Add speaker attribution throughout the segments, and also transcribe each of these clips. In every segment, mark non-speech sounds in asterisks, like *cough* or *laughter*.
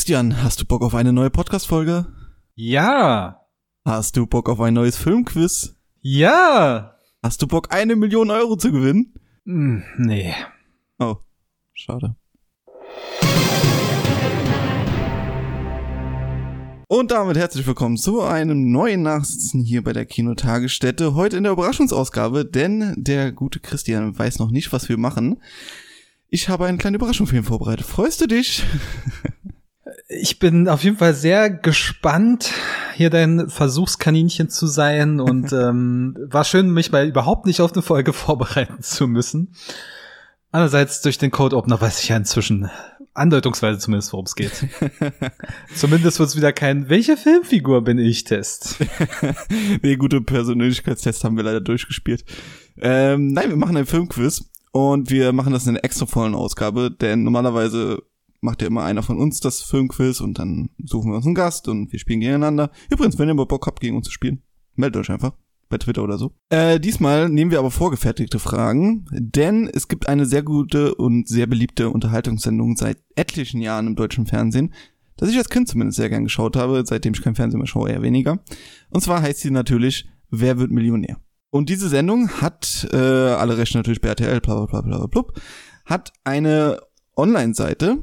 Speaker 1: Christian, hast du Bock auf eine neue Podcast-Folge?
Speaker 2: Ja,
Speaker 1: Hast du Bock auf ein neues Filmquiz?
Speaker 2: ja.
Speaker 1: Hast du Bock, eine Million Euro zu gewinnen?
Speaker 2: Hm, nee.
Speaker 1: Oh, schade. Und damit herzlich willkommen zu einem neuen Nachsitzen hier bei der Kinotagesstätte. Heute in der Überraschungsausgabe, denn der gute Christian weiß noch nicht, was wir machen. Ich habe eine kleine Überraschung für ihn vorbereitet. Freust du dich?
Speaker 2: Ich bin auf jeden Fall sehr gespannt, hier dein Versuchskaninchen zu sein und ähm, war schön, mich mal überhaupt nicht auf eine Folge *laughs* vorbereiten zu müssen. Andererseits durch den Code Opener weiß ich ja inzwischen andeutungsweise zumindest, worum es geht. zumindest wird es wieder kein Welche Filmfigur bin ich Test.
Speaker 1: *laughs* Nee, gute Persönlichkeitstests haben wir leider durchgespielt. Ähm, nein, wir machen ein Filmquiz und wir machen das in einer extra vollen Ausgabe, denn normalerweise macht ja immer einer von uns das Filmquiz und dann suchen wir uns einen Gast und wir spielen gegeneinander. Übrigens, wenn ihr mal Bock habt, gegen uns zu spielen, meldet euch einfach bei Twitter oder so. Äh, diesmal nehmen wir aber vorgefertigte Fragen, denn es gibt eine sehr gute und sehr beliebte Unterhaltungssendung seit etlichen Jahren im deutschen Fernsehen, das ich als Kind zumindest sehr gern geschaut habe, seitdem ich kein Fernsehen mehr schaue, eher weniger. Und zwar heißt sie natürlich Wer wird Millionär? Und diese Sendung hat, äh, alle Rechte natürlich bei RTL, bla bla bla bla bla, blub, hat eine Online-Seite,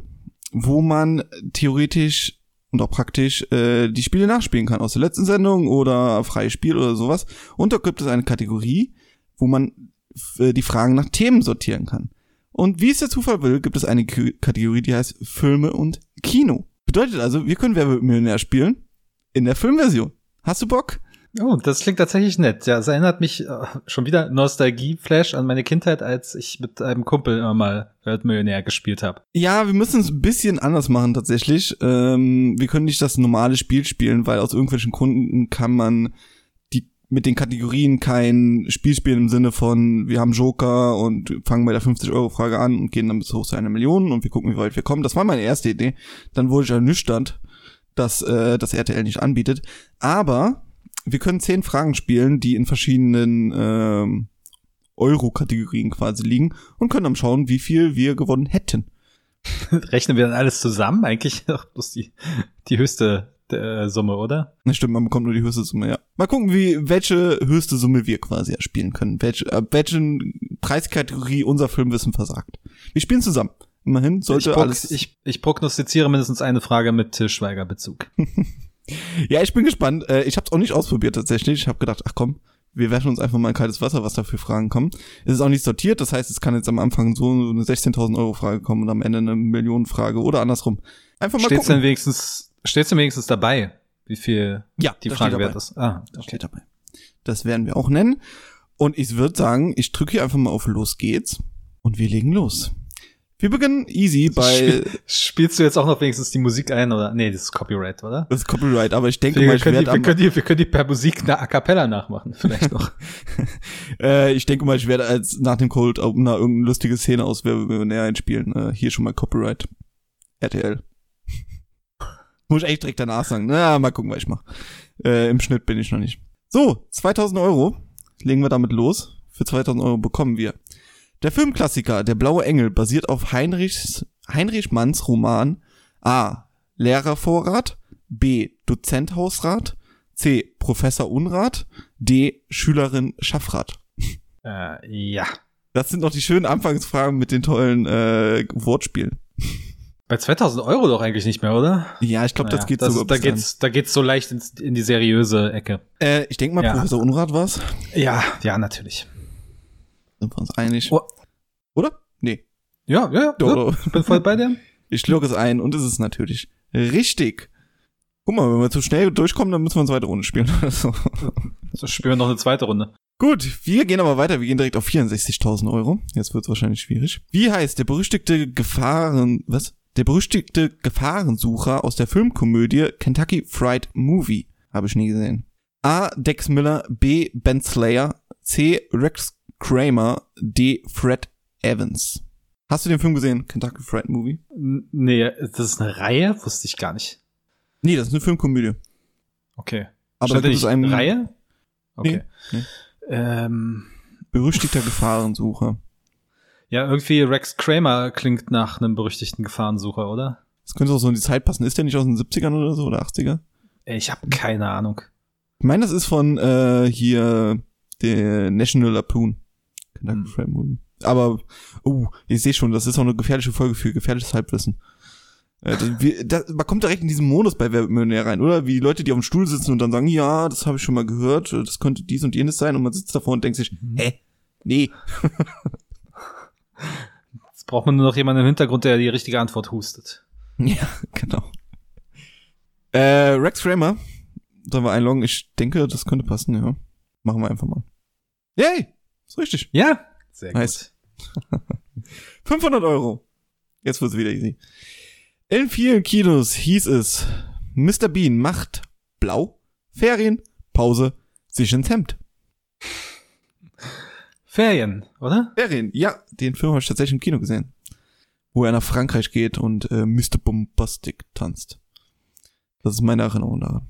Speaker 1: wo man theoretisch und auch praktisch äh, die Spiele nachspielen kann aus der letzten Sendung oder freies Spiel oder sowas. Und da gibt es eine Kategorie, wo man f- äh, die Fragen nach Themen sortieren kann. Und wie es der Zufall will, gibt es eine K Kategorie, die heißt Filme und Kino. Bedeutet also, wir können Wer wird Millionär spielen in der Filmversion. Hast du Bock?
Speaker 2: Oh, das klingt tatsächlich nett. Ja, es erinnert mich äh, schon wieder Nostalgie-Flash an meine Kindheit, als ich mit einem Kumpel immer mal Hört Millionär gespielt habe.
Speaker 1: Ja, wir müssen es ein bisschen anders machen tatsächlich. Ähm, wir können nicht das normale Spiel spielen, weil aus irgendwelchen Gründen kann man die mit den Kategorien kein Spiel spielen im Sinne von, wir haben Joker und fangen bei der 50-Euro-Frage an und gehen dann bis hoch zu einer Million und wir gucken, wie weit wir kommen. Das war meine erste Idee. Dann wurde ich ernüchternd, dass äh, das RTL nicht anbietet. Aber wir können zehn Fragen spielen, die in verschiedenen ähm, Euro-Kategorien quasi liegen und können dann schauen, wie viel wir gewonnen hätten.
Speaker 2: Rechnen wir dann alles zusammen? Eigentlich *laughs* doch bloß die, die höchste äh, Summe, oder?
Speaker 1: Na Ne, stimmt, man bekommt nur die höchste Summe, ja. Mal gucken, wie, welche höchste Summe wir quasi erspielen können. Welche, ab welchen Preiskategorie unser Filmwissen versagt. Wir spielen zusammen. Immerhin sollte
Speaker 2: ich, prog-
Speaker 1: alles.
Speaker 2: ich, ich prognostiziere mindestens eine Frage mit Tischweiger-Bezug.
Speaker 1: ja, ich bin gespannt. Äh, Ich hab's auch nicht ausprobiert tatsächlich. Ich habe gedacht, ach komm, wir werfen uns einfach mal in kaltes Wasser, was da für Fragen kommen. Es ist auch nicht sortiert, das heißt, es kann jetzt am Anfang so eine 16.000 Euro Frage kommen und am Ende eine Millionenfrage oder andersrum. Einfach mal
Speaker 2: Steht's denn
Speaker 1: gucken.
Speaker 2: wenigstens, steht's denn wenigstens dabei, wie viel
Speaker 1: ja,
Speaker 2: die
Speaker 1: da steht
Speaker 2: Frage
Speaker 1: dabei.
Speaker 2: wert ist? Ah,
Speaker 1: Da
Speaker 2: okay.
Speaker 1: steht dabei. Das werden wir auch nennen. Und ich würde sagen, ich drücke hier einfach mal auf Los geht's und wir legen los. Wir beginnen easy bei
Speaker 2: Spiel- Spielst du jetzt auch noch wenigstens die Musik ein oder? Nee, das ist Copyright, oder?
Speaker 1: das ist Copyright, aber ich denke mal,
Speaker 2: Wir
Speaker 1: ich
Speaker 2: können, die,
Speaker 1: werde
Speaker 2: wir,
Speaker 1: am,
Speaker 2: können die, wir können die per Musik na, a cappella nachmachen,
Speaker 1: *laughs*
Speaker 2: vielleicht noch.
Speaker 1: äh, ich denke mal, ich werde als nach dem Cold Opener irgendeine lustige Szene aus Wer wird Millionär einspielen. Äh, hier schon mal Copyright. RTL. *laughs* Muss ich echt direkt danach sagen. Na, mal gucken, was ich mache. Äh, Im Schnitt bin ich noch nicht. So, 2000 Euro. Legen wir damit los. Für 2000 Euro bekommen wir. Der Filmklassiker Der blaue Engel basiert auf Heinrichs, Heinrich Manns Roman A. Lehrervorrat B. Dozenthausrat C. Professor Unrat D. Schülerin Schaffrat.
Speaker 2: äh, ja.
Speaker 1: Das sind noch die schönen Anfangsfragen mit den tollen äh, Wortspielen.
Speaker 2: Bei 2000 Euro doch eigentlich nicht mehr, oder?
Speaker 1: Ja, ich glaube,
Speaker 2: Naja,
Speaker 1: das geht sogar
Speaker 2: da
Speaker 1: bis dahin.
Speaker 2: geht's, da geht's so leicht ins, in die seriöse Ecke.
Speaker 1: Äh, ich denke mal,
Speaker 2: Ja.
Speaker 1: Professor Unrat war's.
Speaker 2: Ja, ja, natürlich.
Speaker 1: Sind wir uns einig.
Speaker 2: Oh.
Speaker 1: Oder? Nee.
Speaker 2: Ja, ja, ja.
Speaker 1: Doch, doch.
Speaker 2: Ich bin voll bei dir.
Speaker 1: Ich logge es ein und es ist natürlich richtig. Guck mal, wenn wir zu schnell durchkommen, dann müssen wir eine zweite Runde spielen. oder
Speaker 2: *laughs*
Speaker 1: so.
Speaker 2: So spielen wir noch eine zweite Runde.
Speaker 1: Gut, wir gehen aber weiter. Wir gehen direkt auf 64.000 Euro. Jetzt wird's wahrscheinlich schwierig. Wie heißt der berüchtigte Gefahren... Was? Der berüchtigte Gefahrensucher aus der Filmkomödie Kentucky Fried Movie. Habe ich nie gesehen. A. Dex Miller. B. Ben Slayer. C. Rex Kramer. D. Fred Evans. Hast du den Film gesehen? Kentucky Fried Movie?
Speaker 2: N nee, das ist eine Reihe? Wusste ich gar nicht.
Speaker 1: Nee, das ist eine Filmkomödie.
Speaker 2: Okay.
Speaker 1: Aber
Speaker 2: Stand
Speaker 1: da
Speaker 2: da
Speaker 1: gibt es
Speaker 2: nicht
Speaker 1: einen
Speaker 2: Reihe? Okay.
Speaker 1: Nee,
Speaker 2: Ähm,
Speaker 1: berüchtigter Gefahrensucher.
Speaker 2: ja, irgendwie Rex Kramer klingt nach einem berüchtigten Gefahrensucher, oder?
Speaker 1: Das könnte auch so in die Zeit passen. Ist der nicht aus den 70ern oder so oder 80er?
Speaker 2: Ich habe keine Ahnung.
Speaker 1: Ich meine, das ist von äh, hier der National Lapoon.
Speaker 2: Hm.
Speaker 1: Kentucky Fried Movie. Aber, uh, ich sehe schon, das ist auch eine gefährliche Folge für gefährliches Halbwissen. Äh, das, wir, das, man kommt direkt in diesen Modus bei Wer wird Millionär rein, oder? Wie die Leute, die auf dem Stuhl sitzen und dann sagen, ja, das habe ich schon mal gehört, äh, das könnte dies und jenes sein. Und man sitzt davor und denkt sich, hä? Nee. *laughs*
Speaker 2: Jetzt braucht man nur noch jemanden im Hintergrund, der die richtige Antwort hustet.
Speaker 1: Ja, genau. Äh, Rex Kramer. Sollen wir einloggen? Ich denke, das könnte passen, ja. Machen wir einfach mal. Yay! Ist richtig.
Speaker 2: Ja, sehr
Speaker 1: Nice. 500 Euro. Jetzt wird's wieder easy. In vielen Kinos hieß es, Mr. Bean macht blau, Ferien, Pause, sich ins Hemd.
Speaker 2: gut. Ferien, oder?
Speaker 1: Ferien, ja, den Film habe ich tatsächlich im Kino gesehen. Wo er nach Frankreich geht und äh, Mr. Bombastic tanzt. Das ist meine Erinnerung daran.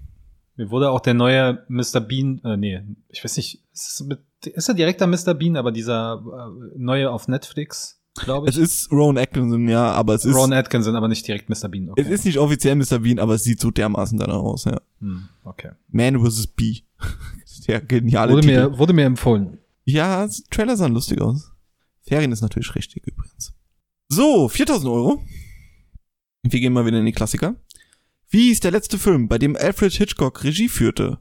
Speaker 2: Mir wurde auch der neue Mr. Bean, äh, nee, ich weiß nicht, ist, es mit, ist er direkter Mr. Bean, aber dieser äh, neue auf Netflix, glaube
Speaker 1: Es
Speaker 2: ich.
Speaker 1: ist Rowan Atkinson, ja, aber es ist,
Speaker 2: Ron Atkinson, aber nicht direkt Mr. Bean. Okay.
Speaker 1: es ist nicht offiziell Mr. Bean, aber es sieht so dermaßen danach aus, ja.
Speaker 2: Hm, okay.
Speaker 1: Man vs. Bee. *laughs* Der geniale
Speaker 2: Wurde
Speaker 1: Titel.
Speaker 2: mir, wurde mir empfohlen.
Speaker 1: Ja, s- Trailer sahen lustig aus. Ferien ist natürlich richtig übrigens. So, 4000 Euro. Wir gehen mal wieder in die Klassiker. Wie ist der letzte Film, bei dem Alfred Hitchcock Regie führte?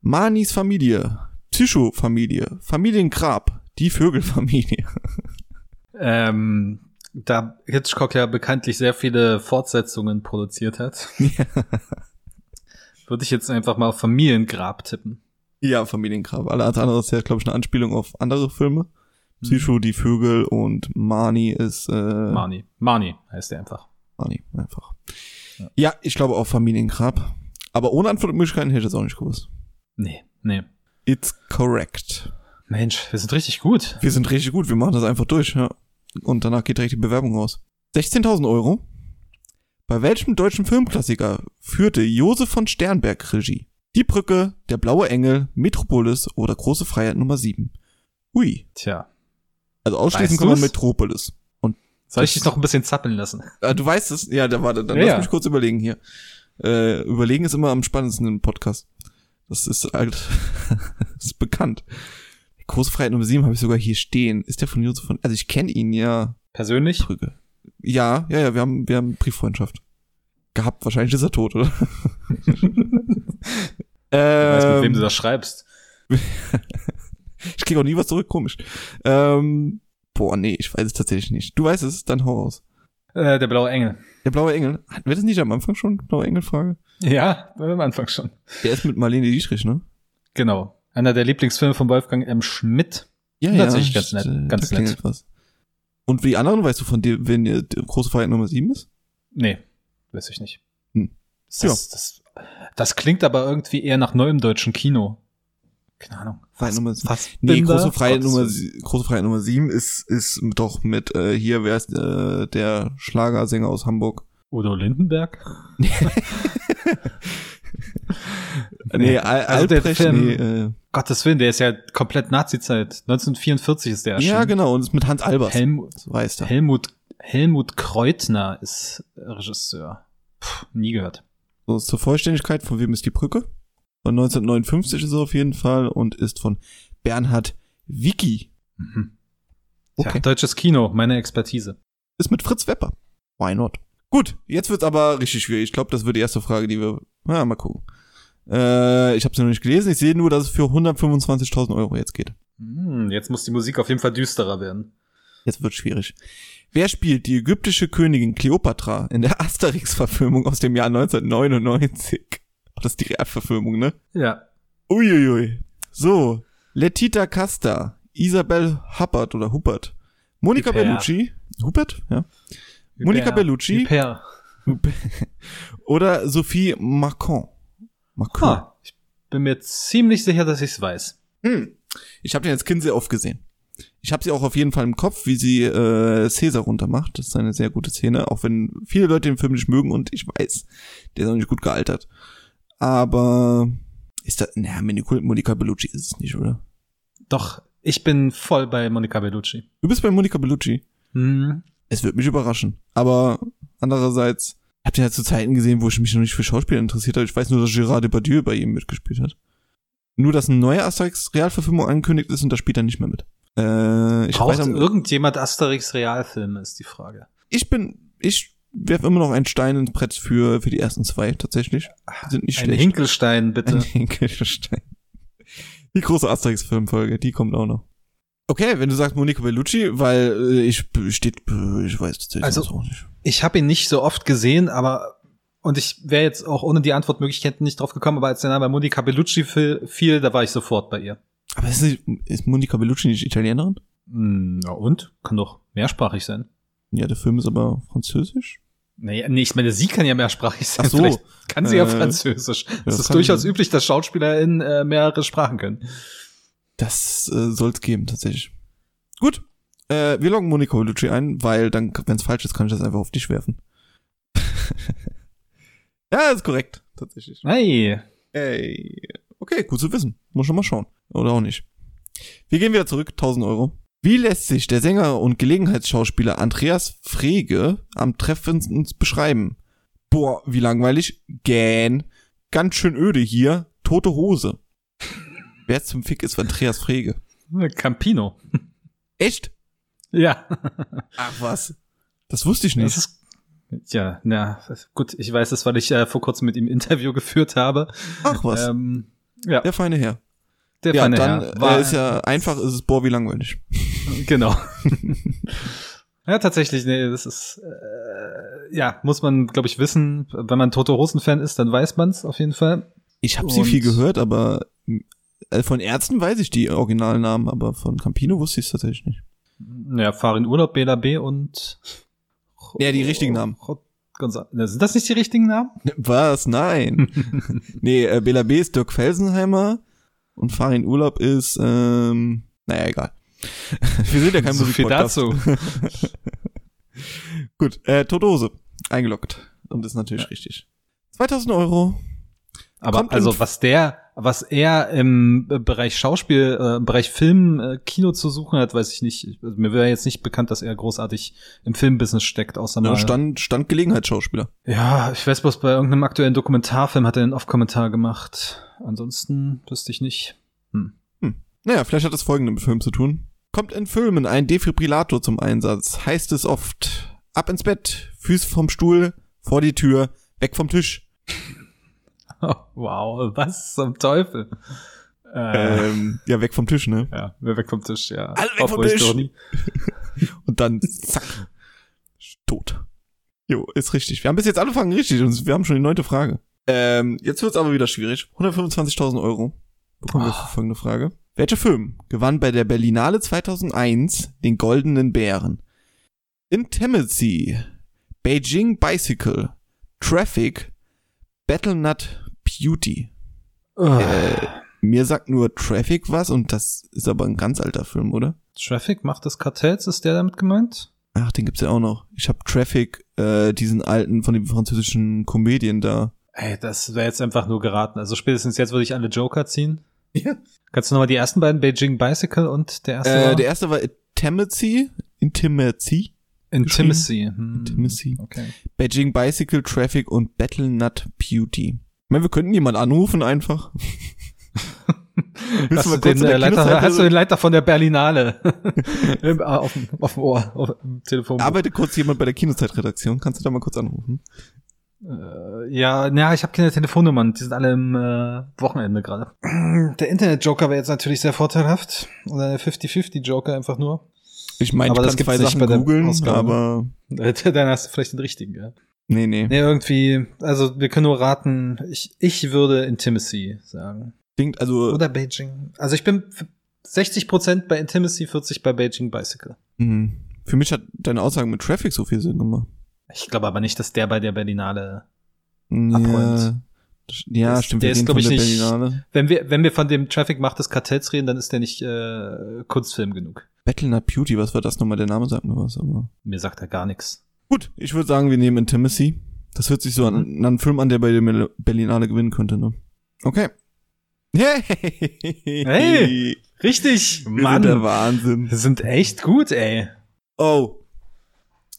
Speaker 1: Manis Familie, Psycho-Familie, Familiengrab, die Vögelfamilie. *laughs*
Speaker 2: Ähm, da Hitchcock ja bekanntlich sehr viele Fortsetzungen produziert hat, *laughs* würde ich jetzt einfach mal auf Familiengrab tippen.
Speaker 1: ja, Familiengrab. Alles andere ist ja, glaube ich, eine Anspielung auf andere Filme. Psycho, die Vögel und Mani ist, äh,
Speaker 2: Marnie. Marnie heißt er einfach.
Speaker 1: Mani, einfach.
Speaker 2: Ja.
Speaker 1: Ja, ich glaube auch Familiengrab. Aber ohne Antwortmöglichkeiten hätte ich das auch nicht gewusst.
Speaker 2: Nee, nee.
Speaker 1: It's correct.
Speaker 2: Mensch, wir sind richtig gut.
Speaker 1: Wir sind richtig gut, wir machen das einfach durch, ja. Und danach geht direkt die Bewerbung raus. 16.000 Euro. Bei welchem deutschen Filmklassiker führte Josef von Sternberg Regie? Die Brücke, Der blaue Engel, Metropolis oder Große Freiheit Nummer 7? Ui.
Speaker 2: Tja.
Speaker 1: Also ausschließen
Speaker 2: Weißt
Speaker 1: kann man
Speaker 2: du's?
Speaker 1: Metropolis.
Speaker 2: Soll ich dich noch ein bisschen zappeln lassen?
Speaker 1: Ah, du weißt es? Ja, da warte, dann
Speaker 2: Ja,
Speaker 1: lass
Speaker 2: ja.
Speaker 1: mich kurz überlegen hier. Äh, überlegen ist immer am spannendsten im Podcast. Das ist halt, *laughs* das ist bekannt. Große Freiheit Nummer 7 habe ich sogar hier stehen. Ist der von Josef von, also ich kenne ihn ja.
Speaker 2: Persönlich?
Speaker 1: Brügge. Ja, ja, ja, wir haben, wir haben Brieffreundschaft. Gehabt, wahrscheinlich ist er tot,
Speaker 2: *laughs*
Speaker 1: oder?
Speaker 2: Ich weiß, mit
Speaker 1: Ähm,
Speaker 2: wem du das schreibst.
Speaker 1: ich krieg auch nie was zurück, komisch. Ähm, boah, nee, ich weiß es tatsächlich nicht. Du weißt es, dann hau raus.
Speaker 2: Äh, der blaue Engel.
Speaker 1: Der blaue Engel, hatten wir das nicht am Anfang schon? Blaue Engel-Frage?
Speaker 2: Ja, am Anfang schon.
Speaker 1: Der ist mit Marlene Dietrich, ne?
Speaker 2: Genau. Einer der Lieblingsfilme von Wolfgang M. Schmidt.
Speaker 1: Ja,
Speaker 2: Natürlich ganz nett,
Speaker 1: äh,
Speaker 2: ganz
Speaker 1: da klingelt Was. Und wie die anderen weißt du von dir, wenn ihr die große Freiheit Nummer 7 ist?
Speaker 2: Nee, weiß ich nicht.
Speaker 1: Hm.
Speaker 2: Das, das, das klingt aber irgendwie eher nach neuem deutschen Kino. Keine Ahnung.
Speaker 1: Freiheit Nummer sieben.
Speaker 2: Was?
Speaker 1: Nee, große Freiheit, Nummer, sie- große Freiheit Nummer 7 ist, ist doch mit, äh, hier, wer ist äh, der Schlagersänger aus Hamburg?
Speaker 2: Udo
Speaker 1: *laughs*
Speaker 2: Lindenberg?
Speaker 1: Äh, Nee, Al
Speaker 2: also der
Speaker 1: Albrecht,
Speaker 2: Film-
Speaker 1: nee, äh,
Speaker 2: Gottes Willen, der ist ja komplett Nazi-Zeit. 1944 ist der
Speaker 1: ja,
Speaker 2: erschienen.
Speaker 1: genau, und ist mit Hans Albers.
Speaker 2: Helmut,
Speaker 1: das weiß der.
Speaker 2: Helmut, Helmut Kreutner ist Regisseur. Puh, nie gehört.
Speaker 1: So, zur Vollständigkeit, von wem ist die Brücke? Von 1959 ist er auf jeden Fall und ist von Bernhard Wicki.
Speaker 2: Mhm.
Speaker 1: Okay.
Speaker 2: Ja, deutsches Kino, meine Expertise.
Speaker 1: ist mit Fritz Wepper. Why not? Gut, jetzt wird's aber richtig schwierig. Ich glaube, das wird die erste Frage, die wir. Na, mal gucken. Äh, ich habe sie noch nicht gelesen. Ich sehe nur, dass es für 125.000 Euro jetzt geht.
Speaker 2: Hm, jetzt muss die Musik auf jeden Fall düsterer werden.
Speaker 1: Jetzt wird's schwierig. Wer spielt die ägyptische Königin Kleopatra in der *laughs* Asterix-Verfilmung aus dem Jahr 1999? Oh, Das ist die Realverfilmung, ne?
Speaker 2: Ja.
Speaker 1: Uiuiui. So, Letita Casta, Isabel Huppert oder Huppert, Monica
Speaker 2: Huppert.
Speaker 1: Bellucci, Huppert, ja, Monica Bellucci?
Speaker 2: Hyper.
Speaker 1: oder Sophie Marcon. Marcon.
Speaker 2: Ha, Hm. ich bin mir ziemlich sicher, dass ich es weiß.
Speaker 1: Hm. Ich habe den als Kind sehr oft gesehen. Ich habe sie auch auf jeden Fall im Kopf, wie sie äh, Caesar runtermacht. Das ist eine sehr gute Szene, auch wenn viele Leute den Film nicht mögen und ich weiß, der ist noch nicht gut gealtert. Aber ist das, naja, Minicul- Monica Bellucci ist es nicht, oder?
Speaker 2: Doch, ich bin voll bei Monica Bellucci.
Speaker 1: Du bist bei Monica Bellucci.
Speaker 2: Hm.
Speaker 1: Es wird mich überraschen. Aber andererseits, Habt ihr ja zu Zeiten gesehen, wo ich mich noch nicht für Schauspieler interessiert habe. Ich weiß nur, dass Gérard Depardieu bei ihm mitgespielt hat. Nur, dass ein neuer Asterix-Realverfilmung angekündigt ist und da spielt er nicht mehr mit. Äh, ich,
Speaker 2: Braucht
Speaker 1: weiß am-
Speaker 2: irgendjemand Asterix Realfilme, ist die Frage.
Speaker 1: ich bin, ich werfe immer noch einen Stein ins Brett für, für die ersten zwei tatsächlich. Die sind nicht
Speaker 2: Ein
Speaker 1: schlecht.
Speaker 2: Also Hinkelstein,
Speaker 1: *laughs*
Speaker 2: bitte.
Speaker 1: Ein Hinkelstein. Die große Asterix-Filmfolge, die kommt auch noch. Okay, wenn du sagst Monica Bellucci, weil äh, ich b- steht, b- ich weiß tatsächlich
Speaker 2: Also-
Speaker 1: das auch nicht.
Speaker 2: Ich habe ihn nicht so oft gesehen, aber und ich wäre jetzt auch ohne die Antwortmöglichkeiten nicht drauf gekommen, aber als der Name Monica Bellucci fiel, fiel da war ich sofort bei ihr.
Speaker 1: Aber ist, nicht, ist Monica Bellucci nicht Italienerin?
Speaker 2: Hm, Na und? Kann doch mehrsprachig sein.
Speaker 1: Ja, der Film ist aber französisch.
Speaker 2: Naja, nee, ich meine, sie kann ja mehrsprachig sein.
Speaker 1: Ach so.
Speaker 2: Vielleicht kann sie ja
Speaker 1: Äh,
Speaker 2: Französisch.
Speaker 1: das
Speaker 2: Es ist
Speaker 1: kann
Speaker 2: durchaus
Speaker 1: sein.
Speaker 2: üblich, dass SchauspielerInnen äh, mehrere Sprachen können.
Speaker 1: Das äh, soll's geben, tatsächlich. Gut. Äh, wir loggen Monica Bellucci ein, weil dann, wenn's falsch ist, kann ich das einfach auf dich werfen. *laughs* ja, ist korrekt, tatsächlich.
Speaker 2: Hey,
Speaker 1: Ey. Okay, gut zu wissen. Muss schon mal schauen. Oder auch nicht. Wir gehen wieder zurück. 1000 Euro. Wie lässt sich der Sänger und Gelegenheitsschauspieler Andreas Frege am treffendsten beschreiben? Boah, wie langweilig. Gähn. Ganz schön öde hier. Tote Hose. *laughs* Wer zum Fick ist Andreas Frege?
Speaker 2: äh, Campino.
Speaker 1: Echt?
Speaker 2: Ja,
Speaker 1: Ach was. Das wusste ich
Speaker 2: das
Speaker 1: nicht.
Speaker 2: ist, ja, na, gut, ich weiß es, weil ich äh, vor kurzem mit ihm ein Interview geführt habe.
Speaker 1: Ach was.
Speaker 2: Ähm, ja,
Speaker 1: Der feine Herr.
Speaker 2: der
Speaker 1: Ja,
Speaker 2: feine
Speaker 1: dann
Speaker 2: Herr
Speaker 1: war, äh, ist ja einfach, ist es boah, wie langweilig. *laughs*
Speaker 2: Genau. ja, tatsächlich, nee, das ist, äh, ja, muss man, glaube ich, wissen. Wenn man Toto Hosen-Fan ist, dann weiß man es auf jeden Fall.
Speaker 1: Ich habe sie
Speaker 2: Und-
Speaker 1: viel gehört, aber äh, von Ärzten weiß ich die Originalnamen, aber von Campino wusste ich es tatsächlich nicht.
Speaker 2: Ja, fahr in Urlaub, Bela B und.
Speaker 1: Ja, die richtigen Namen.
Speaker 2: Gonza- Na, Sind das nicht die richtigen Namen?
Speaker 1: Was?
Speaker 2: *laughs*
Speaker 1: Nein. nee, äh, Bela B ist Dirk Felsenheimer und Farin Urlaub ist, ähm, naja, egal. *laughs* Wir sind ja kein
Speaker 2: So viel
Speaker 1: Musikpodcast.
Speaker 2: dazu.
Speaker 1: *laughs* Gut, äh, Todose, eingeloggt. Und ist natürlich richtig. 2000 Euro.
Speaker 2: Aber
Speaker 1: Kommt
Speaker 2: also
Speaker 1: in-
Speaker 2: was der, was er im äh, Bereich Schauspiel, äh, im Bereich Film, äh, Kino zu suchen hat, weiß ich nicht. Ich- Also, mir wäre jetzt nicht bekannt, dass er großartig im Filmbusiness steckt, außer mal.
Speaker 1: Ja, Stand, Stand Gelegenheitsschauspieler.
Speaker 2: Ja, ich weiß bloß, bei irgendeinem aktuellen Dokumentarfilm hat er einen Off-Kommentar gemacht. Ansonsten wüsste ich nicht. *laughs* Hm.
Speaker 1: Naja, vielleicht hat das folgende mit Film zu tun. Kommt in Filmen ein Defibrillator zum Einsatz, heißt es oft. Ab ins Bett, Füße vom Stuhl, vor die Tür, weg vom Tisch.
Speaker 2: Oh, wow, was zum Teufel? Äh,
Speaker 1: Ähm, ja, weg vom Tisch, ne?
Speaker 2: ja, wer weg vom Tisch, ja.
Speaker 1: Alle weg vom
Speaker 2: Obwohl ich
Speaker 1: Tisch!
Speaker 2: doch nie-
Speaker 1: Und dann zack, tot. Jo, ist richtig. Wir haben bis jetzt alle Fragen richtig und wir haben schon die neunte Frage. Ähm, jetzt wird's aber wieder schwierig. 125.000 Euro bekommen wir für folgende Frage. Welcher Film gewann bei der Berlinale 2001 den Goldenen Bären? Intimacy, Beijing Bicycle, Traffic, Battlenut Beauty.
Speaker 2: Ah.
Speaker 1: Äh, mir sagt nur Traffic was und das ist aber ein ganz alter Film, oder?
Speaker 2: Traffic Macht des Kartells, ist der damit gemeint?
Speaker 1: Ach, den gibt's ja auch noch. Ich habe Traffic, äh, diesen alten von dem französischen Comedian da.
Speaker 2: Ey, das wäre jetzt einfach nur geraten. Also spätestens jetzt würde ich alle Joker ziehen.
Speaker 1: *laughs* Ja.
Speaker 2: Kannst du nochmal die ersten beiden, Beijing Bicycle und der erste
Speaker 1: Äh,
Speaker 2: war
Speaker 1: der erste war Intimacy, Intimacy,
Speaker 2: Intimacy. Hm.
Speaker 1: Intimacy,
Speaker 2: Okay.
Speaker 1: Beijing Bicycle Traffic und Battle Nut Beauty. Ich meine, wir könnten jemanden anrufen
Speaker 2: *laughs*
Speaker 1: einfach. Willst
Speaker 2: Hast
Speaker 1: du
Speaker 2: du,
Speaker 1: mal kurz
Speaker 2: den,
Speaker 1: in
Speaker 2: äh,
Speaker 1: der
Speaker 2: Leiter,
Speaker 1: Kinoseite-
Speaker 2: hast du den Leiter von
Speaker 1: *laughs*
Speaker 2: der Berlinale *laughs* Im, äh, auf, dem- auf dem Ohr, auf dem Telefon?
Speaker 1: Arbeite kurz jemand bei der Kinozeitredaktion. Kannst du da mal kurz anrufen?
Speaker 2: äh, ja, na, ich habe keine Telefonnummern, die sind alle im äh, Wochenende gerade. Der Internet-Joker wäre jetzt natürlich sehr vorteilhaft. Oder der 50-50-Joker einfach nur.
Speaker 1: Ich meine,
Speaker 2: Aber
Speaker 1: ich
Speaker 2: das
Speaker 1: kann zwei
Speaker 2: gibt's
Speaker 1: Sachen
Speaker 2: nicht bei der
Speaker 1: googeln,
Speaker 2: Ausgabe.
Speaker 1: aber
Speaker 2: Äh, Dann hast du vielleicht den richtigen, ja.
Speaker 1: nee, nee.
Speaker 2: Nee, irgendwie, also wir können nur raten, ich, ich würde Intimacy sagen.
Speaker 1: Klingt also
Speaker 2: Oder Beijing. Also ich bin f- 60% bei Intimacy, 40% bei Beijing Bicycle.
Speaker 1: mh, hm. für mich hat deine Aussage mit Traffic so viel Sinn gemacht.
Speaker 2: Ich glaube aber nicht, dass der bei der Berlinale
Speaker 1: Ja,
Speaker 2: Abräumt.
Speaker 1: Das- ja
Speaker 2: Der ist-
Speaker 1: stimmt.
Speaker 2: der
Speaker 1: wir
Speaker 2: ist,
Speaker 1: reden
Speaker 2: glaub
Speaker 1: von
Speaker 2: ich,
Speaker 1: der
Speaker 2: nicht-
Speaker 1: Berlinale.
Speaker 2: Wenn wir, wenn wir von dem Traffic Macht des Kartells reden, dann ist der nicht äh, Kunstfilm genug.
Speaker 1: Battle Nut Beauty, was war das nochmal? Der Name sagt mir was, aber.
Speaker 2: Mir sagt er gar nichts.
Speaker 1: Gut, ich würde sagen, wir nehmen Intimacy. Das hört sich so an,
Speaker 2: Mhm.
Speaker 1: an einen Film an, der bei der Mel- Berlinale gewinnen könnte, ne? Okay. Hey!
Speaker 2: Hey! Richtig,
Speaker 1: Wir sind der
Speaker 2: Mann.
Speaker 1: Wahnsinn.
Speaker 2: Wir sind echt gut, ey.
Speaker 1: Oh.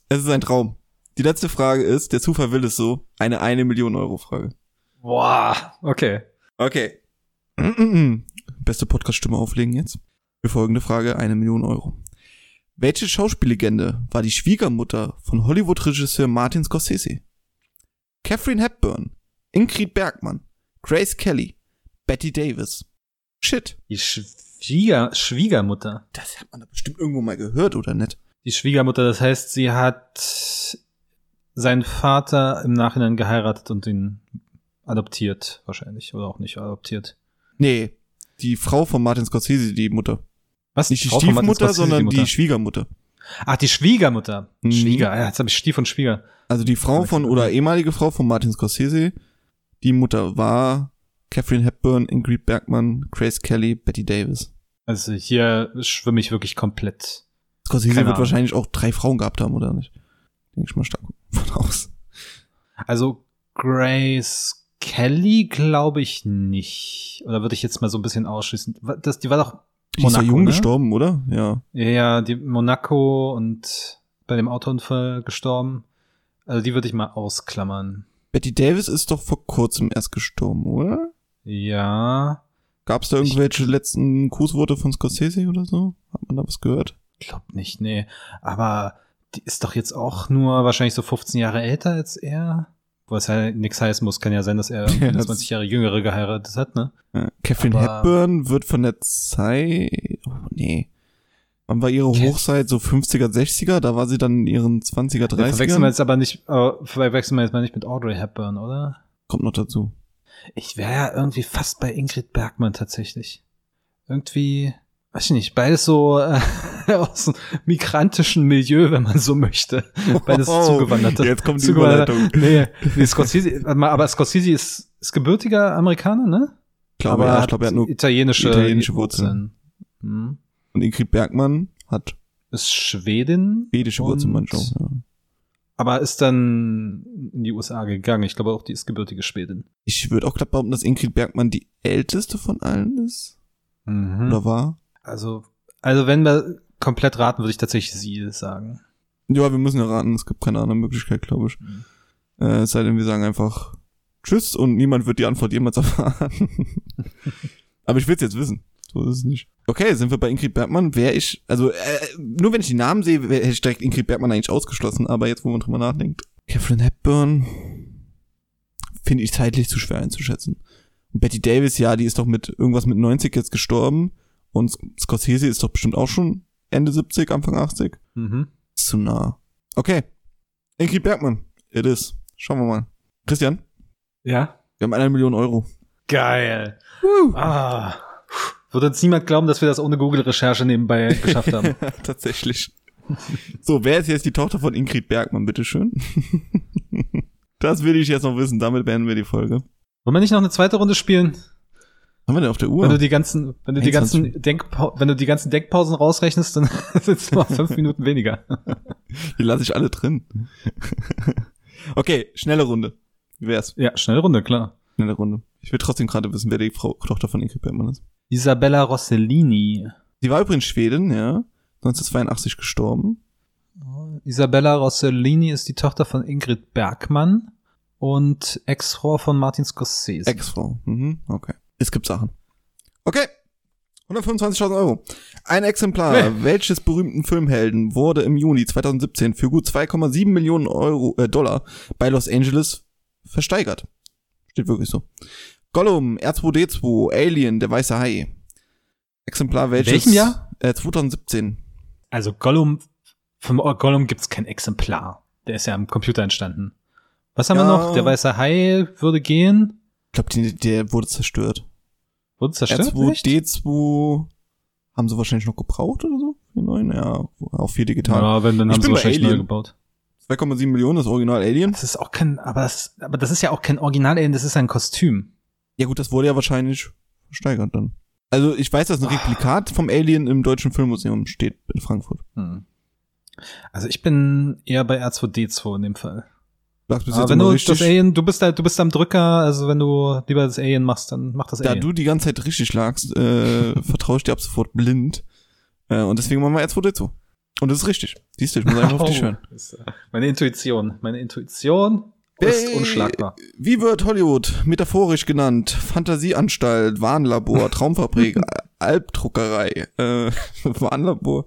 Speaker 1: Es ist ein Traum. Die letzte Frage ist, der Zufall will es so, eine eine Million Euro Frage.
Speaker 2: Boah, okay.
Speaker 1: Okay. Beste Podcast-Stimme auflegen jetzt. Für folgende Frage eine Million Euro. Welche Schauspiellegende war die Schwiegermutter von Hollywood-Regisseur Martin Scorsese? Catherine Hepburn, Ingrid Bergmann, Grace Kelly, Betty Davis. Shit.
Speaker 2: Die Schwieger Schwiegermutter.
Speaker 1: Das hat man doch bestimmt irgendwo mal gehört, oder nicht?
Speaker 2: Die Schwiegermutter, das heißt, sie hat seinen Vater im Nachhinein geheiratet und ihn adoptiert, wahrscheinlich. Oder auch nicht adoptiert.
Speaker 1: Nee, die Frau von Martin Scorsese, die Mutter.
Speaker 2: Was?
Speaker 1: Nicht die
Speaker 2: Frau von Martin
Speaker 1: Stiefmutter,
Speaker 2: Scorsese,
Speaker 1: sondern die,
Speaker 2: Mutter?
Speaker 1: Schwiegermutter.
Speaker 2: Ach, die Schwiegermutter.
Speaker 1: Mhm.
Speaker 2: Schwieger, ja, jetzt habe ich Stief und Schwieger.
Speaker 1: Also die Frau von oder ehemalige Frau von Martin Scorsese, die Mutter war Catherine Hepburn, Ingrid Bergman, Grace Kelly, Betty Davis.
Speaker 2: Also hier schwimme ich wirklich komplett.
Speaker 1: Scorsese
Speaker 2: Keine
Speaker 1: wird
Speaker 2: Ahnung.
Speaker 1: wahrscheinlich auch drei Frauen gehabt haben, oder nicht? Denke ich mal stark von aus.
Speaker 2: Also Grace Kelly glaube ich nicht. Oder würde ich jetzt mal so ein bisschen ausschließen. Wa- Das, die war doch
Speaker 1: Die ist ja jung
Speaker 2: ne?
Speaker 1: gestorben, oder? Ja.
Speaker 2: Ja, die Monaco und bei dem Autounfall gestorben. Also die würde ich mal ausklammern.
Speaker 1: Betty Davis ist doch vor kurzem erst gestorben, oder?
Speaker 2: Ja.
Speaker 1: Gab es da
Speaker 2: Ich-
Speaker 1: irgendwelche letzten Grußworte von Scorsese oder so? Hat man da was gehört?
Speaker 2: Glaub nicht, nee. Aber die ist doch jetzt auch nur wahrscheinlich so 15 Jahre älter als er. Was ja nix heißen muss, kann ja sein, dass er
Speaker 1: *laughs*
Speaker 2: irgendwie
Speaker 1: Ja,
Speaker 2: eine
Speaker 1: das-
Speaker 2: 20 Jahre jüngere geheiratet hat, ne?
Speaker 1: Ja. Catherine
Speaker 2: Aber-
Speaker 1: Hepburn wird von der Zeit. Oh, nee. Wann war ihre
Speaker 2: Cat-
Speaker 1: Hochzeit? So 50er, 60er? Da war sie dann in ihren 20er,
Speaker 2: Den Verwechseln wir
Speaker 1: 30er?
Speaker 2: jetzt aber nicht, äh, verwechseln wir jetzt mal nicht mit Audrey Hepburn, oder?
Speaker 1: Kommt noch dazu.
Speaker 2: Ich wäre ja irgendwie fast bei Ingrid Bergmann tatsächlich. Irgendwie, weiß ich nicht, beides so äh, *laughs* aus dem migrantischen Milieu, wenn man so möchte. Beides
Speaker 1: Oh,
Speaker 2: zugewanderte.
Speaker 1: Jetzt kommt die
Speaker 2: Zugewanderte-
Speaker 1: Überleitung.
Speaker 2: Nee, nee Scorsese, aber Scorsese ist, ist gebürtiger Amerikaner, ne?
Speaker 1: Ich glaube,
Speaker 2: aber
Speaker 1: ja, ich glaube, er hat nur.
Speaker 2: italienische,
Speaker 1: italienische Wurzeln.
Speaker 2: Hm.
Speaker 1: Und Ingrid Bergmann hat
Speaker 2: Ist Schwedin,
Speaker 1: schwedische
Speaker 2: Und-
Speaker 1: Wurzeln, manchmal. Ja.
Speaker 2: aber ist dann in die USA gegangen. Ich glaube auch, die ist gebürtige Schwedin.
Speaker 1: Ich würde auch glatt behaupten, dass Ingrid Bergmann die älteste von allen ist.
Speaker 2: Mhm.
Speaker 1: Oder war?
Speaker 2: Also, also wenn wir komplett raten, würde ich tatsächlich sie sagen.
Speaker 1: Ja, wir müssen ja raten. Es gibt keine andere Möglichkeit, glaube ich.
Speaker 2: Mhm.
Speaker 1: Äh, es sei denn, wir sagen einfach Tschüss und niemand wird die Antwort jemals *laughs* erfahren. Aber ich will's jetzt wissen. So ist es nicht. Okay, sind wir bei Ingrid Bergmann. Wäre ich, also äh, nur wenn ich die Namen sehe, wär, hätte ich direkt Ingrid Bergmann eigentlich ausgeschlossen. Aber jetzt, wo man drüber nachdenkt. Catherine Hepburn finde ich zeitlich zu schwer einzuschätzen. Und Betty Davis, ja, die ist doch mit irgendwas mit 90 jetzt gestorben. Und Scorsese ist doch bestimmt auch schon Ende 70, Anfang 80
Speaker 2: Mhm.
Speaker 1: zu nah. Okay. Ingrid Bergmann. It is. Schauen wir mal. Christian,
Speaker 2: Ja.
Speaker 1: wir haben eine Million Euro.
Speaker 2: Geil. Ah. Wird uns niemand glauben, dass wir das ohne Google-Recherche *laughs* nebenbei geschafft haben.
Speaker 1: *laughs* Tatsächlich. So, wer ist jetzt die Tochter von Ingrid Bergmann, bitteschön? *laughs* das will ich jetzt noch wissen. Damit beenden wir die Folge.
Speaker 2: Wollen wir nicht noch eine zweite Runde spielen?
Speaker 1: Haben wir denn auf der
Speaker 2: Wenn du
Speaker 1: Uhr?
Speaker 2: die ganzen, wenn du die
Speaker 1: 21.
Speaker 2: ganzen Denkpa wenn du die ganzen Denkpausen rausrechnest, dann *laughs* sind es noch fünf Minuten weniger.
Speaker 1: Die lasse ich alle drin. *laughs* okay, schnelle Runde. Wie wär's?
Speaker 2: Ja, schnelle Runde, klar.
Speaker 1: Schnelle Runde. Ich will trotzdem gerade wissen, wer die Frau, Tochter von Ingrid Bergmann ist.
Speaker 2: Isabella Rossellini.
Speaker 1: Sie war übrigens Schwedin, ja. 1982 gestorben.
Speaker 2: Isabella Rossellini ist die Tochter von Ingrid Bergmann und Ex-Frau von Martin Scorsese.
Speaker 1: Ex-Frau. Mhm, okay. Es gibt Sachen. Okay. 125.000 Euro. Ein Exemplar welches berühmten Filmhelden wurde im Juni 2017 für gut 2,7 Millionen Euro, äh, Dollar bei Los Angeles versteigert? Steht wirklich so. Gollum, R2D2, Alien, der weiße Hai. Exemplar welches?
Speaker 2: welchem Jahr?
Speaker 1: Äh, 2017.
Speaker 2: also Gollum, vom Gollum gibt's kein Exemplar. Der ist ja am Computer entstanden. Was haben
Speaker 1: Ja.
Speaker 2: wir noch? Der weiße Hai würde gehen.
Speaker 1: Ich glaube, der wurde zerstört.
Speaker 2: Wurde zerstört? echt?
Speaker 1: R2D2 haben sie wahrscheinlich noch gebraucht oder so? Den neuen? Ja, auch viel digital.
Speaker 2: Ja, wenn, dann
Speaker 1: Ich bin
Speaker 2: haben sie
Speaker 1: bei
Speaker 2: wahrscheinlich neu
Speaker 1: Alien.
Speaker 2: gebaut.
Speaker 1: 2,7 Millionen, das Original Alien.
Speaker 2: Das ist auch kein, aber das, aber das ist ja auch kein Original-Alien, das ist ein Kostüm.
Speaker 1: Ja gut, das wurde ja wahrscheinlich versteigert dann. Also ich weiß, dass ein Replikat vom Alien im Deutschen Filmmuseum steht in Frankfurt.
Speaker 2: Hm. Also ich bin eher bei R2D2 in dem Fall.
Speaker 1: Du sagst bis
Speaker 2: Aber
Speaker 1: jetzt
Speaker 2: wenn
Speaker 1: immer
Speaker 2: du
Speaker 1: richtig.
Speaker 2: das Alien, du bist halt, du bist am Drücker, also wenn du lieber das Alien machst, dann mach das
Speaker 1: da
Speaker 2: Alien.
Speaker 1: du die ganze
Speaker 2: *laughs*
Speaker 1: Zeit richtig lagst, äh, vertraue ich dir ab sofort blind. Äh, und deswegen machen wir jetzt 2 d Und das ist richtig. Siehst du, ich muss einfach auf dich hören.
Speaker 2: äh, Meine Intuition. Meine Intuition ist
Speaker 1: Hey,
Speaker 2: unschlagbar.
Speaker 1: Wie wird Hollywood metaphorisch genannt? Fantasieanstalt,
Speaker 2: *laughs*
Speaker 1: Warenlabor, Traumfabrik, Albdruckerei, äh, *laughs* Warenlabor.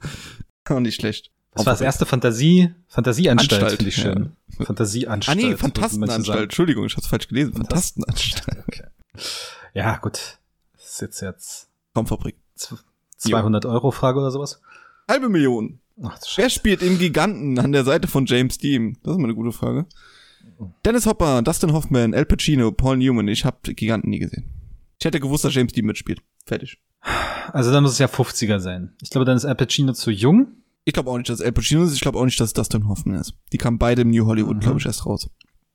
Speaker 1: Auch nicht schlecht.
Speaker 2: Das war das erste Fantasie, Fantasieanstalt,
Speaker 1: Anstalt,
Speaker 2: finde ich schön.
Speaker 1: Ah
Speaker 2: Fantasieanstalt.
Speaker 1: nee,
Speaker 2: würden manche
Speaker 1: Fantastenanstalt.
Speaker 2: sagen.
Speaker 1: Entschuldigung, ich hab's falsch gelesen. Fantastenanstalt.
Speaker 2: Okay. Ja, gut. Das ist jetzt jetzt
Speaker 1: Traumfabrik.
Speaker 2: 200 Euro Frage oder sowas.
Speaker 1: Halbe Million.
Speaker 2: Ach, das
Speaker 1: Wer spielt den Giganten an der Seite von James Dean? Das ist mal eine gute Frage. Dennis Hopper, Dustin Hoffman, Al Pacino, Paul Newman. Ich hab Giganten nie gesehen. Ich hätte gewusst, dass James Dean mitspielt. Fertig.
Speaker 2: Also dann muss es ja 50er sein. Ich glaube, dann ist Al Pacino zu jung.
Speaker 1: Ich glaube auch nicht, dass Al Pacino ist. Ich glaube auch nicht, dass Dustin Hoffman ist. Die kamen beide im New Hollywood,
Speaker 2: Mhm.
Speaker 1: glaube ich, erst raus.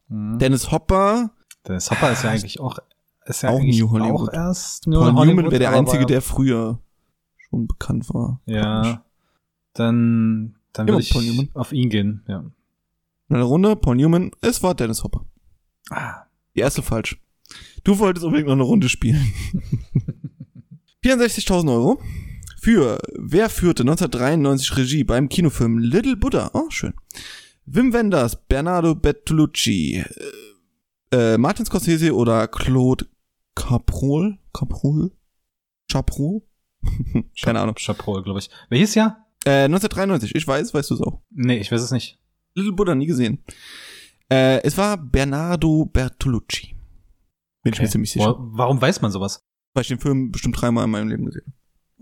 Speaker 2: Mhm.
Speaker 1: Dennis Hopper,
Speaker 2: Dennis Hopper ist ja eigentlich auch ist ja
Speaker 1: Auch
Speaker 2: eigentlich
Speaker 1: New Hollywood.
Speaker 2: auch erst
Speaker 1: Paul Newman
Speaker 2: Hollywood,
Speaker 1: wäre der
Speaker 2: aber
Speaker 1: Einzige,
Speaker 2: war-
Speaker 1: der früher schon bekannt war. Komisch.
Speaker 2: ja dann dann
Speaker 1: Immer
Speaker 2: würde ich
Speaker 1: Paul Newman.
Speaker 2: auf ihn gehen. Ja.
Speaker 1: In einer Runde, Paul Newman, es war Dennis Hopper.
Speaker 2: Ah,
Speaker 1: Die erste falsch. Du wolltest unbedingt noch eine Runde *laughs* spielen. 64.000 Euro für Wer führte 1993 Regie beim Kinofilm Little Buddha? Oh, schön. Wim Wenders, Bernardo Bertolucci, äh, äh, Martin Scorsese oder Claude Caprol? Caprol? Chaprol? *laughs* Keine Ahnung.
Speaker 2: Chapeau, glaube ich. Welches Jahr?
Speaker 1: Äh, 1993, ich weiß, weißt du es auch.
Speaker 2: Nee, ich weiß es nicht.
Speaker 1: Little Buddha nie gesehen. Äh, es war Bernardo Bertolucci. Bin ich mir
Speaker 2: Okay.
Speaker 1: ziemlich sicher.
Speaker 2: Wa- Warum weiß man sowas?
Speaker 1: Weil ich den Film bestimmt dreimal in meinem Leben gesehen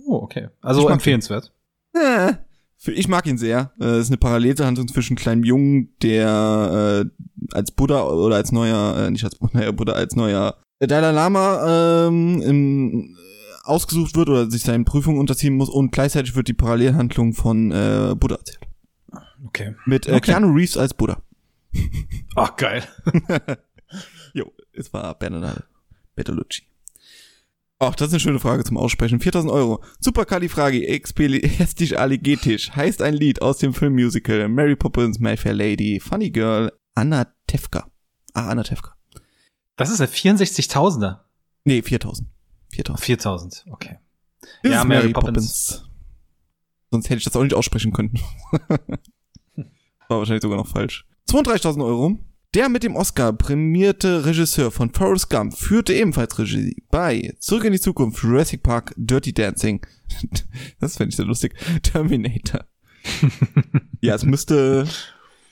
Speaker 2: Oh, okay.
Speaker 1: Ich
Speaker 2: Also
Speaker 1: mag
Speaker 2: empfehlenswert.
Speaker 1: habe. Äh, für- ich mag ihn sehr. Äh, es ist eine Parallelhandlung zwischen kleinem Jungen, der äh, als Buddha oder als neuer, äh, nicht als neuer Buddha, *laughs* als neuer Dalai Lama ähm, im, äh, ausgesucht wird oder sich seinen Prüfungen unterziehen muss und gleichzeitig wird die Parallelhandlung von äh, Buddha erzählt.
Speaker 2: Okay.
Speaker 1: Mit äh,
Speaker 2: Okay.
Speaker 1: Keanu Reeves als Buddha.
Speaker 2: Ach, geil.
Speaker 1: *laughs* Jo, es war Bernardo Bertolucci. Ach, das ist eine schöne Frage zum Aussprechen. 4000 Euro. Superkalifragilisticalligetisch heißt ein Lied aus dem Filmmusical Mary Poppins, My Fair Lady, Funny Girl, Anna Tefka. Ah, Anna Tefka.
Speaker 2: Das ist ein 64.000er.
Speaker 1: Nee, 4000. 4000.
Speaker 2: 4000. Okay.
Speaker 1: Das
Speaker 2: Ja,
Speaker 1: ist
Speaker 2: Mary Poppins.
Speaker 1: Sonst hätte ich das auch nicht aussprechen können. *laughs* War wahrscheinlich sogar noch falsch. 32.000 Euro. Der mit dem Oscar prämierte Regisseur von Forrest Gump führte ebenfalls Regie bei Zurück in die Zukunft, Jurassic Park, Dirty Dancing. *laughs* Das fände ich so lustig.
Speaker 2: *laughs*
Speaker 1: Terminator. ja, es müsste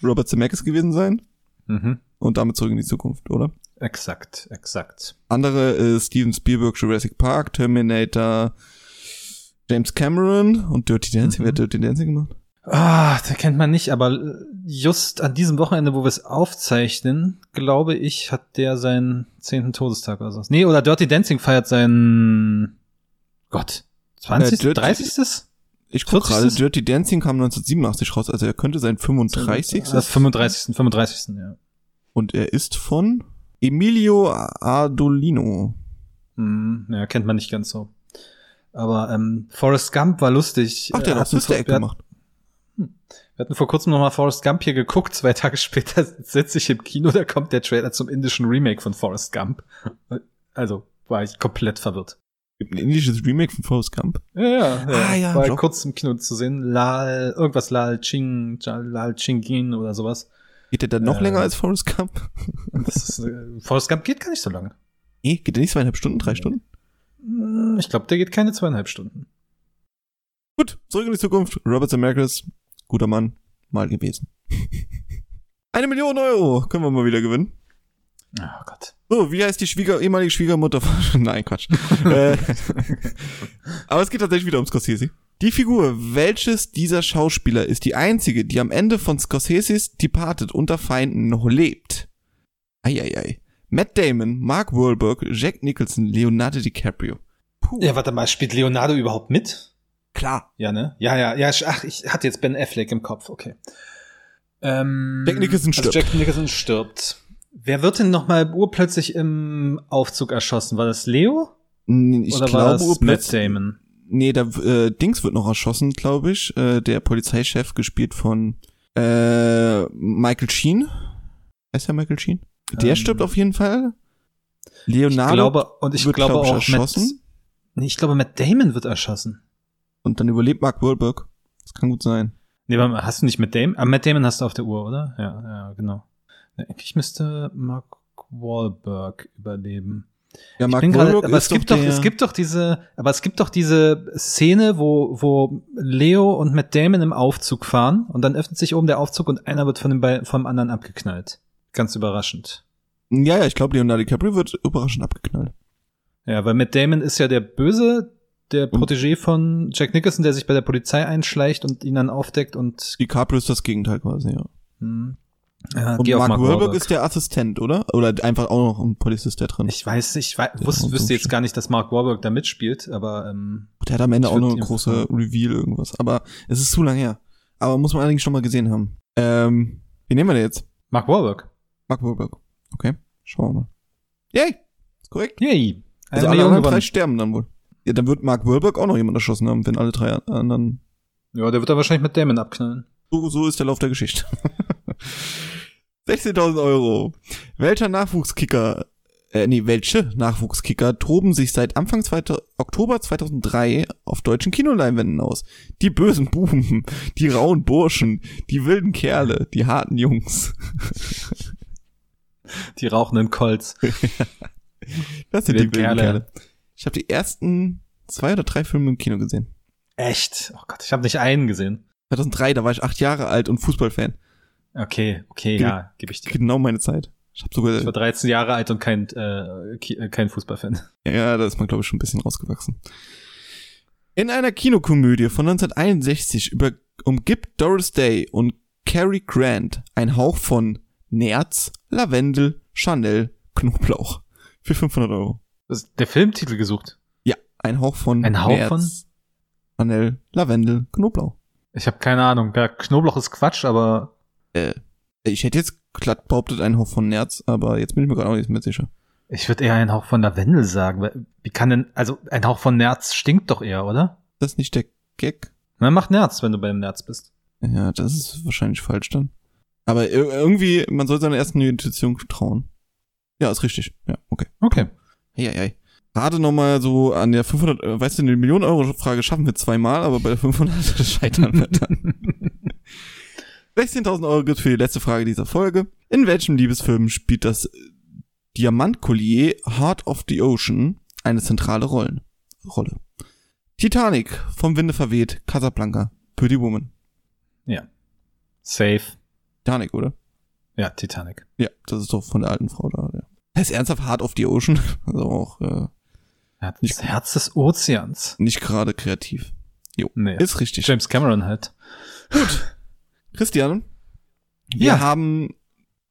Speaker 1: Robert Zemeckis gewesen sein
Speaker 2: Mhm.
Speaker 1: und damit Zurück in die Zukunft, oder?
Speaker 2: Exakt, exakt.
Speaker 1: Andere ist Steven Spielberg, Jurassic Park, Terminator, James Cameron und Dirty Dancing.
Speaker 2: Mhm.
Speaker 1: Wer hat Dirty Dancing gemacht?
Speaker 2: Ah, da kennt man nicht, aber äh, just an diesem Wochenende, wo wir es aufzeichnen, glaube ich, hat der seinen zehnten Todestag oder so. Nee, oder Dirty Dancing feiert seinen Gott. 20.
Speaker 1: Äh, Dirty-
Speaker 2: 30.
Speaker 1: Ich guck
Speaker 2: 40.
Speaker 1: gerade, Dirty Dancing kam 1987 raus, also er könnte sein 35.
Speaker 2: Das 35. 35. Ja.
Speaker 1: Und er ist von Emilio Ardolino.
Speaker 2: Hm, ja, kennt man nicht ganz so. Aber ähm, Forrest Gump war lustig.
Speaker 1: Ach, der hat
Speaker 2: Äh,
Speaker 1: auch
Speaker 2: hatten
Speaker 1: Sister
Speaker 2: vor-
Speaker 1: Act
Speaker 2: wir hatten-
Speaker 1: gemacht.
Speaker 2: Wir hatten vor kurzem nochmal Forrest Gump hier geguckt. Zwei Tage später *laughs* sitze ich im Kino, da kommt der Trailer zum indischen Remake von Forrest Gump. Also war ich komplett verwirrt.
Speaker 1: Gibt ein indisches Remake von Forrest Gump.
Speaker 2: Ja, ja,
Speaker 1: Ah, ja,
Speaker 2: War
Speaker 1: doch.
Speaker 2: kurz im Kino zu sehen. Lal, irgendwas Lal Ching, Lal Chingin oder sowas.
Speaker 1: Geht der dann noch
Speaker 2: Äh.
Speaker 1: länger als Forrest Gump? *laughs*
Speaker 2: Das ist, äh, *laughs* Forrest Gump geht gar nicht so lange.
Speaker 1: Nee, geht der nicht zweieinhalb Stunden, drei Stunden?
Speaker 2: Hm, Ich glaube, der geht keine zweieinhalb Stunden.
Speaker 1: Gut, zurück in die Zukunft. Robert Zemeckis, guter Mann, mal gewesen. *laughs* Eine Million Euro können wir mal wieder gewinnen.
Speaker 2: Oh Gott.
Speaker 1: So, wie heißt die Schwieger ehemalige Schwiegermutter von... *laughs* Nein, Quatsch. äh, aber es geht tatsächlich wieder um Scorsese. Die Figur, welches dieser Schauspieler ist die einzige, die am Ende von Scorseses Departed unter Feinden noch lebt? Eieiei. Matt Damon, Mark Wahlberg, Jack Nicholson, Leonardo DiCaprio. Puh,
Speaker 2: Ja, warte mal, spielt Leonardo überhaupt mit?
Speaker 1: klar.
Speaker 2: Ja, ne? Ja, ja, ja. sch- Ach, ich hatte jetzt Ben Affleck im Kopf, okay. Ähm,
Speaker 1: Jack Nicholson stirbt.
Speaker 2: Also Jack Nicholson stirbt. Wer wird denn nochmal urplötzlich im Aufzug erschossen? War das Leo?
Speaker 1: N- Ich
Speaker 2: Oder war
Speaker 1: glaube,
Speaker 2: das Matt
Speaker 1: plötzlich-
Speaker 2: Damon?
Speaker 1: Nee, da, äh, Dings wird noch erschossen, glaube ich. Äh, der Polizeichef, gespielt von äh, Michael Sheen. Ist ja Michael Sheen? Der
Speaker 2: Ähm,
Speaker 1: stirbt auf jeden Fall.
Speaker 2: Ich
Speaker 1: Leonardo
Speaker 2: glaube, und ich
Speaker 1: wird,
Speaker 2: glaube
Speaker 1: glaub ich,
Speaker 2: auch
Speaker 1: erschossen.
Speaker 2: Matt, nee, ich glaube, Matt Damon wird erschossen.
Speaker 1: Und dann überlebt Mark Wahlberg. Das kann gut sein.
Speaker 2: Nee, aber hast du nicht mit Damon? Ah, Matt Damon hast du auf der Uhr, oder? Ja, ja, genau. Ja, Eigentlich müsste Mark Wahlberg überleben.
Speaker 1: Ja,
Speaker 2: Ich bin gerade, aber es gibt doch, es gibt doch diese, aber es gibt doch diese Szene, wo, wo Leo und Matt Damon im Aufzug fahren und dann öffnet sich oben der Aufzug und einer wird von dem, bei- vom anderen abgeknallt. Ganz überraschend.
Speaker 1: Ja, ja, ich glaube, Leonardo DiCaprio wird überraschend abgeknallt.
Speaker 2: Ja, weil Matt Damon ist ja der Böse, der Protégé von Jack Nicholson, der sich bei der Polizei einschleicht und ihn dann aufdeckt und,
Speaker 1: DiCaprio ist das Gegenteil quasi, ja.
Speaker 2: hm, ja,
Speaker 1: Und
Speaker 2: geh auf
Speaker 1: Mark, Wahlberg ist der Assistent, oder? Oder einfach auch noch ein Polizist, der drin ist.
Speaker 2: Ich weiß, ich weiß,
Speaker 1: Ja,
Speaker 2: wusste,
Speaker 1: und
Speaker 2: wüsste
Speaker 1: so
Speaker 2: jetzt gar nicht, dass Mark Wahlberg da mitspielt, aber ähm,
Speaker 1: Der hat am Ende
Speaker 2: Ich
Speaker 1: auch
Speaker 2: würd
Speaker 1: noch eine
Speaker 2: ihm
Speaker 1: große
Speaker 2: vertrauen.
Speaker 1: Reveal irgendwas. Aber es ist zu lange her. Aber muss man allerdings schon mal gesehen haben. Ähm, wie nehmen wir den jetzt?
Speaker 2: Mark Wahlberg.
Speaker 1: Mark Wahlberg. Okay, schauen wir mal. Yay! Ist korrekt.
Speaker 2: Yay!
Speaker 1: Also alle
Speaker 2: Eine Million
Speaker 1: anderen drei
Speaker 2: gewonnen.
Speaker 1: sterben dann wohl. Ja, dann wird Mark Wahlberg auch noch jemand erschossen haben, wenn alle drei anderen...
Speaker 2: Ja, der wird dann wahrscheinlich mit Damon abknallen.
Speaker 1: So, so ist der Lauf der Geschichte. *laughs* 16.000 Euro. Welcher Nachwuchskicker... Äh, nee, welche Nachwuchskicker toben sich seit Anfang 2. Oktober 2003 auf deutschen Kinoleinwänden aus? Die bösen Buben, die rauen Burschen, die wilden Kerle, die harten Jungs.
Speaker 2: Die rauchenden Colts.
Speaker 1: Das sind
Speaker 2: Wilden
Speaker 1: die wilden
Speaker 2: Kerle.
Speaker 1: Kerle. Ich habe die ersten zwei oder drei Filme im Kino gesehen.
Speaker 2: Echt? Oh Gott, ich habe nicht einen gesehen.
Speaker 1: 2003, da war ich acht Jahre alt und Fußballfan.
Speaker 2: Okay, okay,
Speaker 1: Ge-
Speaker 2: ja, gebe ich dir.
Speaker 1: Genau meine Zeit. Ich habe sogar,
Speaker 2: Ich war 13 Jahre alt und kein, äh, Ki- äh, kein Fußballfan.
Speaker 1: ja, da ist man glaube ich schon ein bisschen rausgewachsen. In einer Kinokomödie von 1961 über, umgibt Doris Day und Cary Grant ein Hauch von Nerz, Lavendel, Chanel, Knoblauch. Für 500 Euro.
Speaker 2: Das ist der Filmtitel gesucht.
Speaker 1: Ja, ein Hauch von
Speaker 2: Ein Hauch von?
Speaker 1: Chanel, Lavendel, Knoblauch.
Speaker 2: Ich habe keine Ahnung. Ja, Knoblauch ist Quatsch, aber
Speaker 1: Ich hätte jetzt glatt behauptet, ein Hauch von Nerz, aber jetzt bin ich mir gerade auch nicht mehr sicher.
Speaker 2: ich würde eher einen Hauch von Lavendel sagen. weil- Wie kann denn, also ein Hauch von Nerz stinkt doch eher, oder?
Speaker 1: Ist das nicht der Gag?
Speaker 2: Man macht Nerz, wenn du beim Nerz bist.
Speaker 1: Ja, das ist wahrscheinlich falsch dann. Aber ir- irgendwie, man soll seiner ersten Intuition trauen. Ja, ist richtig. Ja, okay.
Speaker 2: Okay.
Speaker 1: Hey, hey, hey. Gerade nochmal so an der 500, äh, weißt du, eine Million-Euro-Frage schaffen wir zweimal, aber bei der 500 *laughs* scheitern wir dann. 16.000 Euro gibt's für die letzte Frage dieser Folge. In welchem Liebesfilm spielt das äh, Diamantkollier Heart of the Ocean eine zentrale Rollen? Rolle? Titanic, vom Winde verweht, Casablanca, Pretty Woman.
Speaker 2: Safe.
Speaker 1: Titanic, oder?
Speaker 2: Ja, Titanic.
Speaker 1: Ja, das ist doch von der alten Frau da. Ja. Heißt ernsthaft Hard of the Ocean? *laughs* Also auch äh,
Speaker 2: Ja, das Herz des Ozeans.
Speaker 1: nicht gerade kreativ.
Speaker 2: Nee.
Speaker 1: Ist richtig.
Speaker 2: James Cameron halt.
Speaker 1: Christian, wir
Speaker 2: Ja.
Speaker 1: haben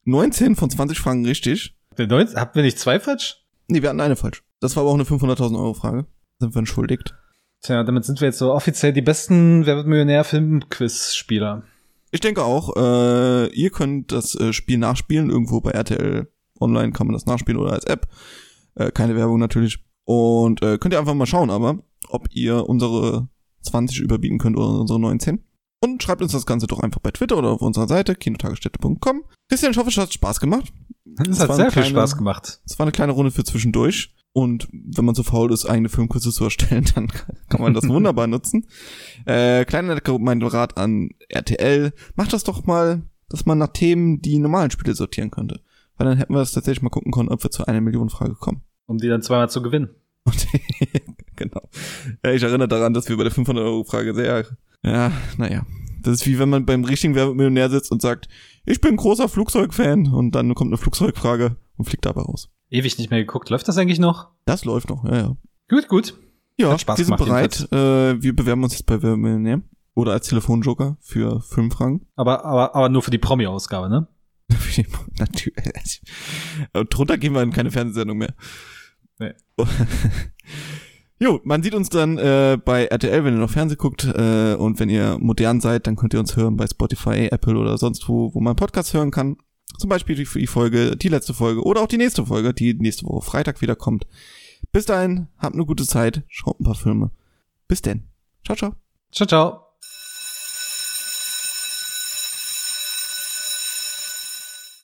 Speaker 1: 19 von 20 Fragen richtig.
Speaker 2: Der Deutsch, habt wir nicht zwei falsch?
Speaker 1: Nee, wir hatten eine falsch. Das war aber auch eine 500.000 Euro Frage. Sind wir entschuldigt.
Speaker 2: Tja, damit sind wir jetzt so offiziell die besten Wer wird Millionär Filmquiz-Spieler.
Speaker 1: Ich denke auch, äh, ihr könnt das äh, Spiel nachspielen. Irgendwo bei RTL Online kann man das nachspielen oder als App. Äh, keine Werbung natürlich. Und äh, könnt ihr einfach mal schauen, aber ob ihr unsere 20 überbieten könnt oder unsere 19. Und schreibt uns das Ganze doch einfach bei Twitter oder auf unserer Seite kinotagesstätte.com. Christian, ich hoffe, es hat Spaß gemacht.
Speaker 2: Das
Speaker 1: Das
Speaker 2: hat
Speaker 1: waren
Speaker 2: sehr viel
Speaker 1: kleine-
Speaker 2: Spaß gemacht.
Speaker 1: Es war eine kleine Runde für zwischendurch. Und wenn man so faul ist, eigene Filmkurse zu erstellen, *laughs* dann kann man das wunderbar nutzen. Äh, kleiner mein Rat an RTL. Macht das doch mal, dass man nach Themen die normalen Spiele sortieren könnte. Weil dann hätten wir das tatsächlich mal gucken können, ob wir zu einer Million Frage kommen. *laughs*
Speaker 2: Um die dann zweimal zu gewinnen.
Speaker 1: Und genau. Ja, ich erinnere daran, dass wir bei der 500-Euro-Frage sehr, ja, naja. Das ist wie wenn man beim richtigen Werbemillionär sitzt und sagt, ich bin großer Flugzeugfan und dann kommt eine Flugzeugfrage und fliegt dabei raus.
Speaker 2: Ewig nicht mehr geguckt. Läuft das eigentlich noch?
Speaker 1: Das läuft noch, ja, ja.
Speaker 2: Gut, gut.
Speaker 1: Ja,
Speaker 2: Hat Spaß
Speaker 1: wir sind
Speaker 2: gemacht
Speaker 1: bereit. Äh, wir bewerben uns jetzt bei Wer wird Millionär oder als Telefonjoker für *laughs* Filmfragen.
Speaker 2: Aber, aber, aber nur für die Promi-Ausgabe, ne?
Speaker 1: Natürlich. Und drunter gehen wir in keine Fernsehsendung mehr.
Speaker 2: Nee.
Speaker 1: *laughs* jo, man sieht uns dann äh, bei RTL, wenn ihr noch Fernseh guckt. Äh, und wenn ihr modern seid, dann könnt ihr uns hören bei Spotify, Apple oder sonst wo, wo man Podcasts hören kann. Zum Beispiel die, die Folge, die letzte Folge oder auch die nächste Folge, die nächste Woche Freitag wieder kommt. Bis dahin, habt eine gute Zeit, schaut ein paar Filme. Bis denn. Ciao, ciao.
Speaker 2: Ciao, ciao.